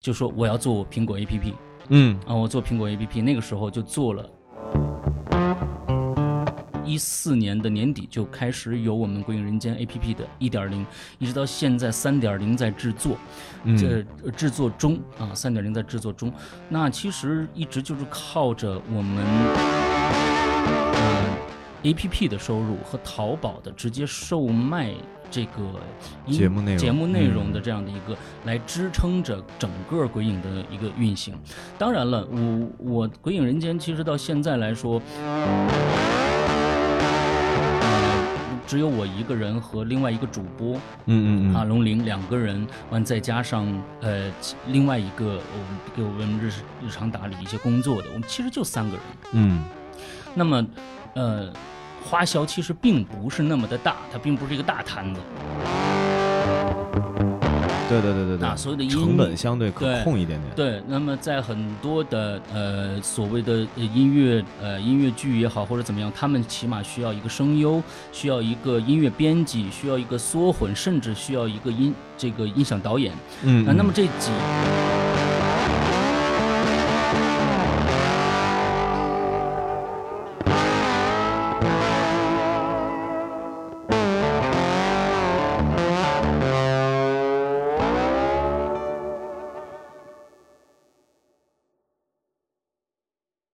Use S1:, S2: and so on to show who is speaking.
S1: 就说我要做苹果 APP
S2: 嗯
S1: 啊，我做苹果 APP，那个时候就做了。一四年的年底就开始有我们《归隐人间》APP 的一点零，一直到现在三点零在制作，
S2: 嗯
S1: 这呃制作中啊，三点零在制作中。那其实一直就是靠着我们，呃，APP 的收入和淘宝的直接售卖这个音
S2: 节目内容
S1: 节目内容
S2: 嗯
S1: 的这样的一个、来支撑着整个鬼影的一个运行。当然了，我我鬼影人间其实到现在来说，呃，只有我一个人和另外一个主播。
S2: 嗯嗯
S1: 啊，
S2: 嗯，
S1: 龙鳞两个人，完再加上呃其另外一个我们给我们日日常打理一些工作的，我们其实就三个人。
S2: 嗯
S1: 那么，呃，花销其实并不是那么的大，它并不是一个大摊子
S2: 对对对对对，
S1: 啊，所有的音
S2: 成本相对可
S1: 对
S2: 控一点点。
S1: 对，那么在很多的呃所谓的呃音乐呃音乐剧也好或者怎么样，他们起码需要一个声优，需要一个音乐编辑，需要一个缩混，甚至需要一个音这个音响导演。
S2: 嗯，
S1: 啊，那么
S2: 嗯
S1: 这几，呃，